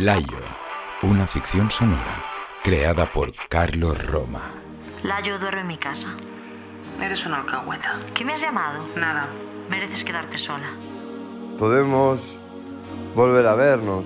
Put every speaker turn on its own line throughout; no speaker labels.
Layo, una ficción sonora creada por Carlos Roma.
Layo, duerme en mi casa.
Eres una alcahueta.
¿Qué me has llamado?
Nada.
Mereces quedarte sola.
Podemos volver a vernos.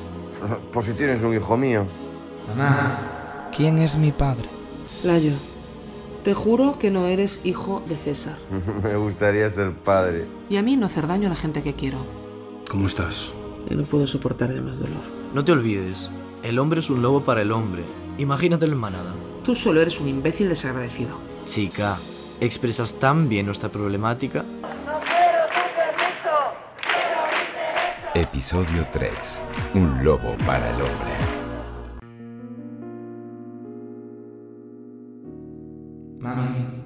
Por si tienes un hijo mío.
Mamá, ¿quién es mi padre?
Layo, te juro que no eres hijo de César.
Me gustaría ser padre.
Y a mí no hacer daño a la gente que quiero.
¿Cómo estás?
Y no puedo soportar ya más dolor.
No te olvides, el hombre es un lobo para el hombre. Imagínatelo en manada.
Tú solo eres un imbécil desagradecido.
Chica, expresas tan bien nuestra problemática.
Episodio 3. Un lobo para el hombre.
Mami,